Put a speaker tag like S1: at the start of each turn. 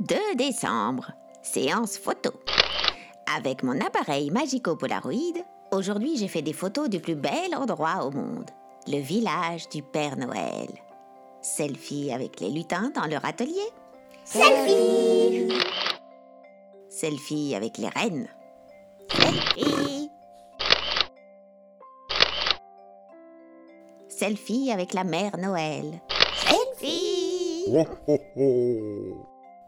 S1: 2 décembre, séance photo. Avec mon appareil magico-polaroid, aujourd'hui j'ai fait des photos du plus bel endroit au monde, le village du Père Noël. Selfie avec les lutins dans leur atelier.
S2: Selfie
S1: Selfie avec les rennes. Selfie Selfie avec la mère Noël.
S2: Selfie
S3: Oh, oh, oh.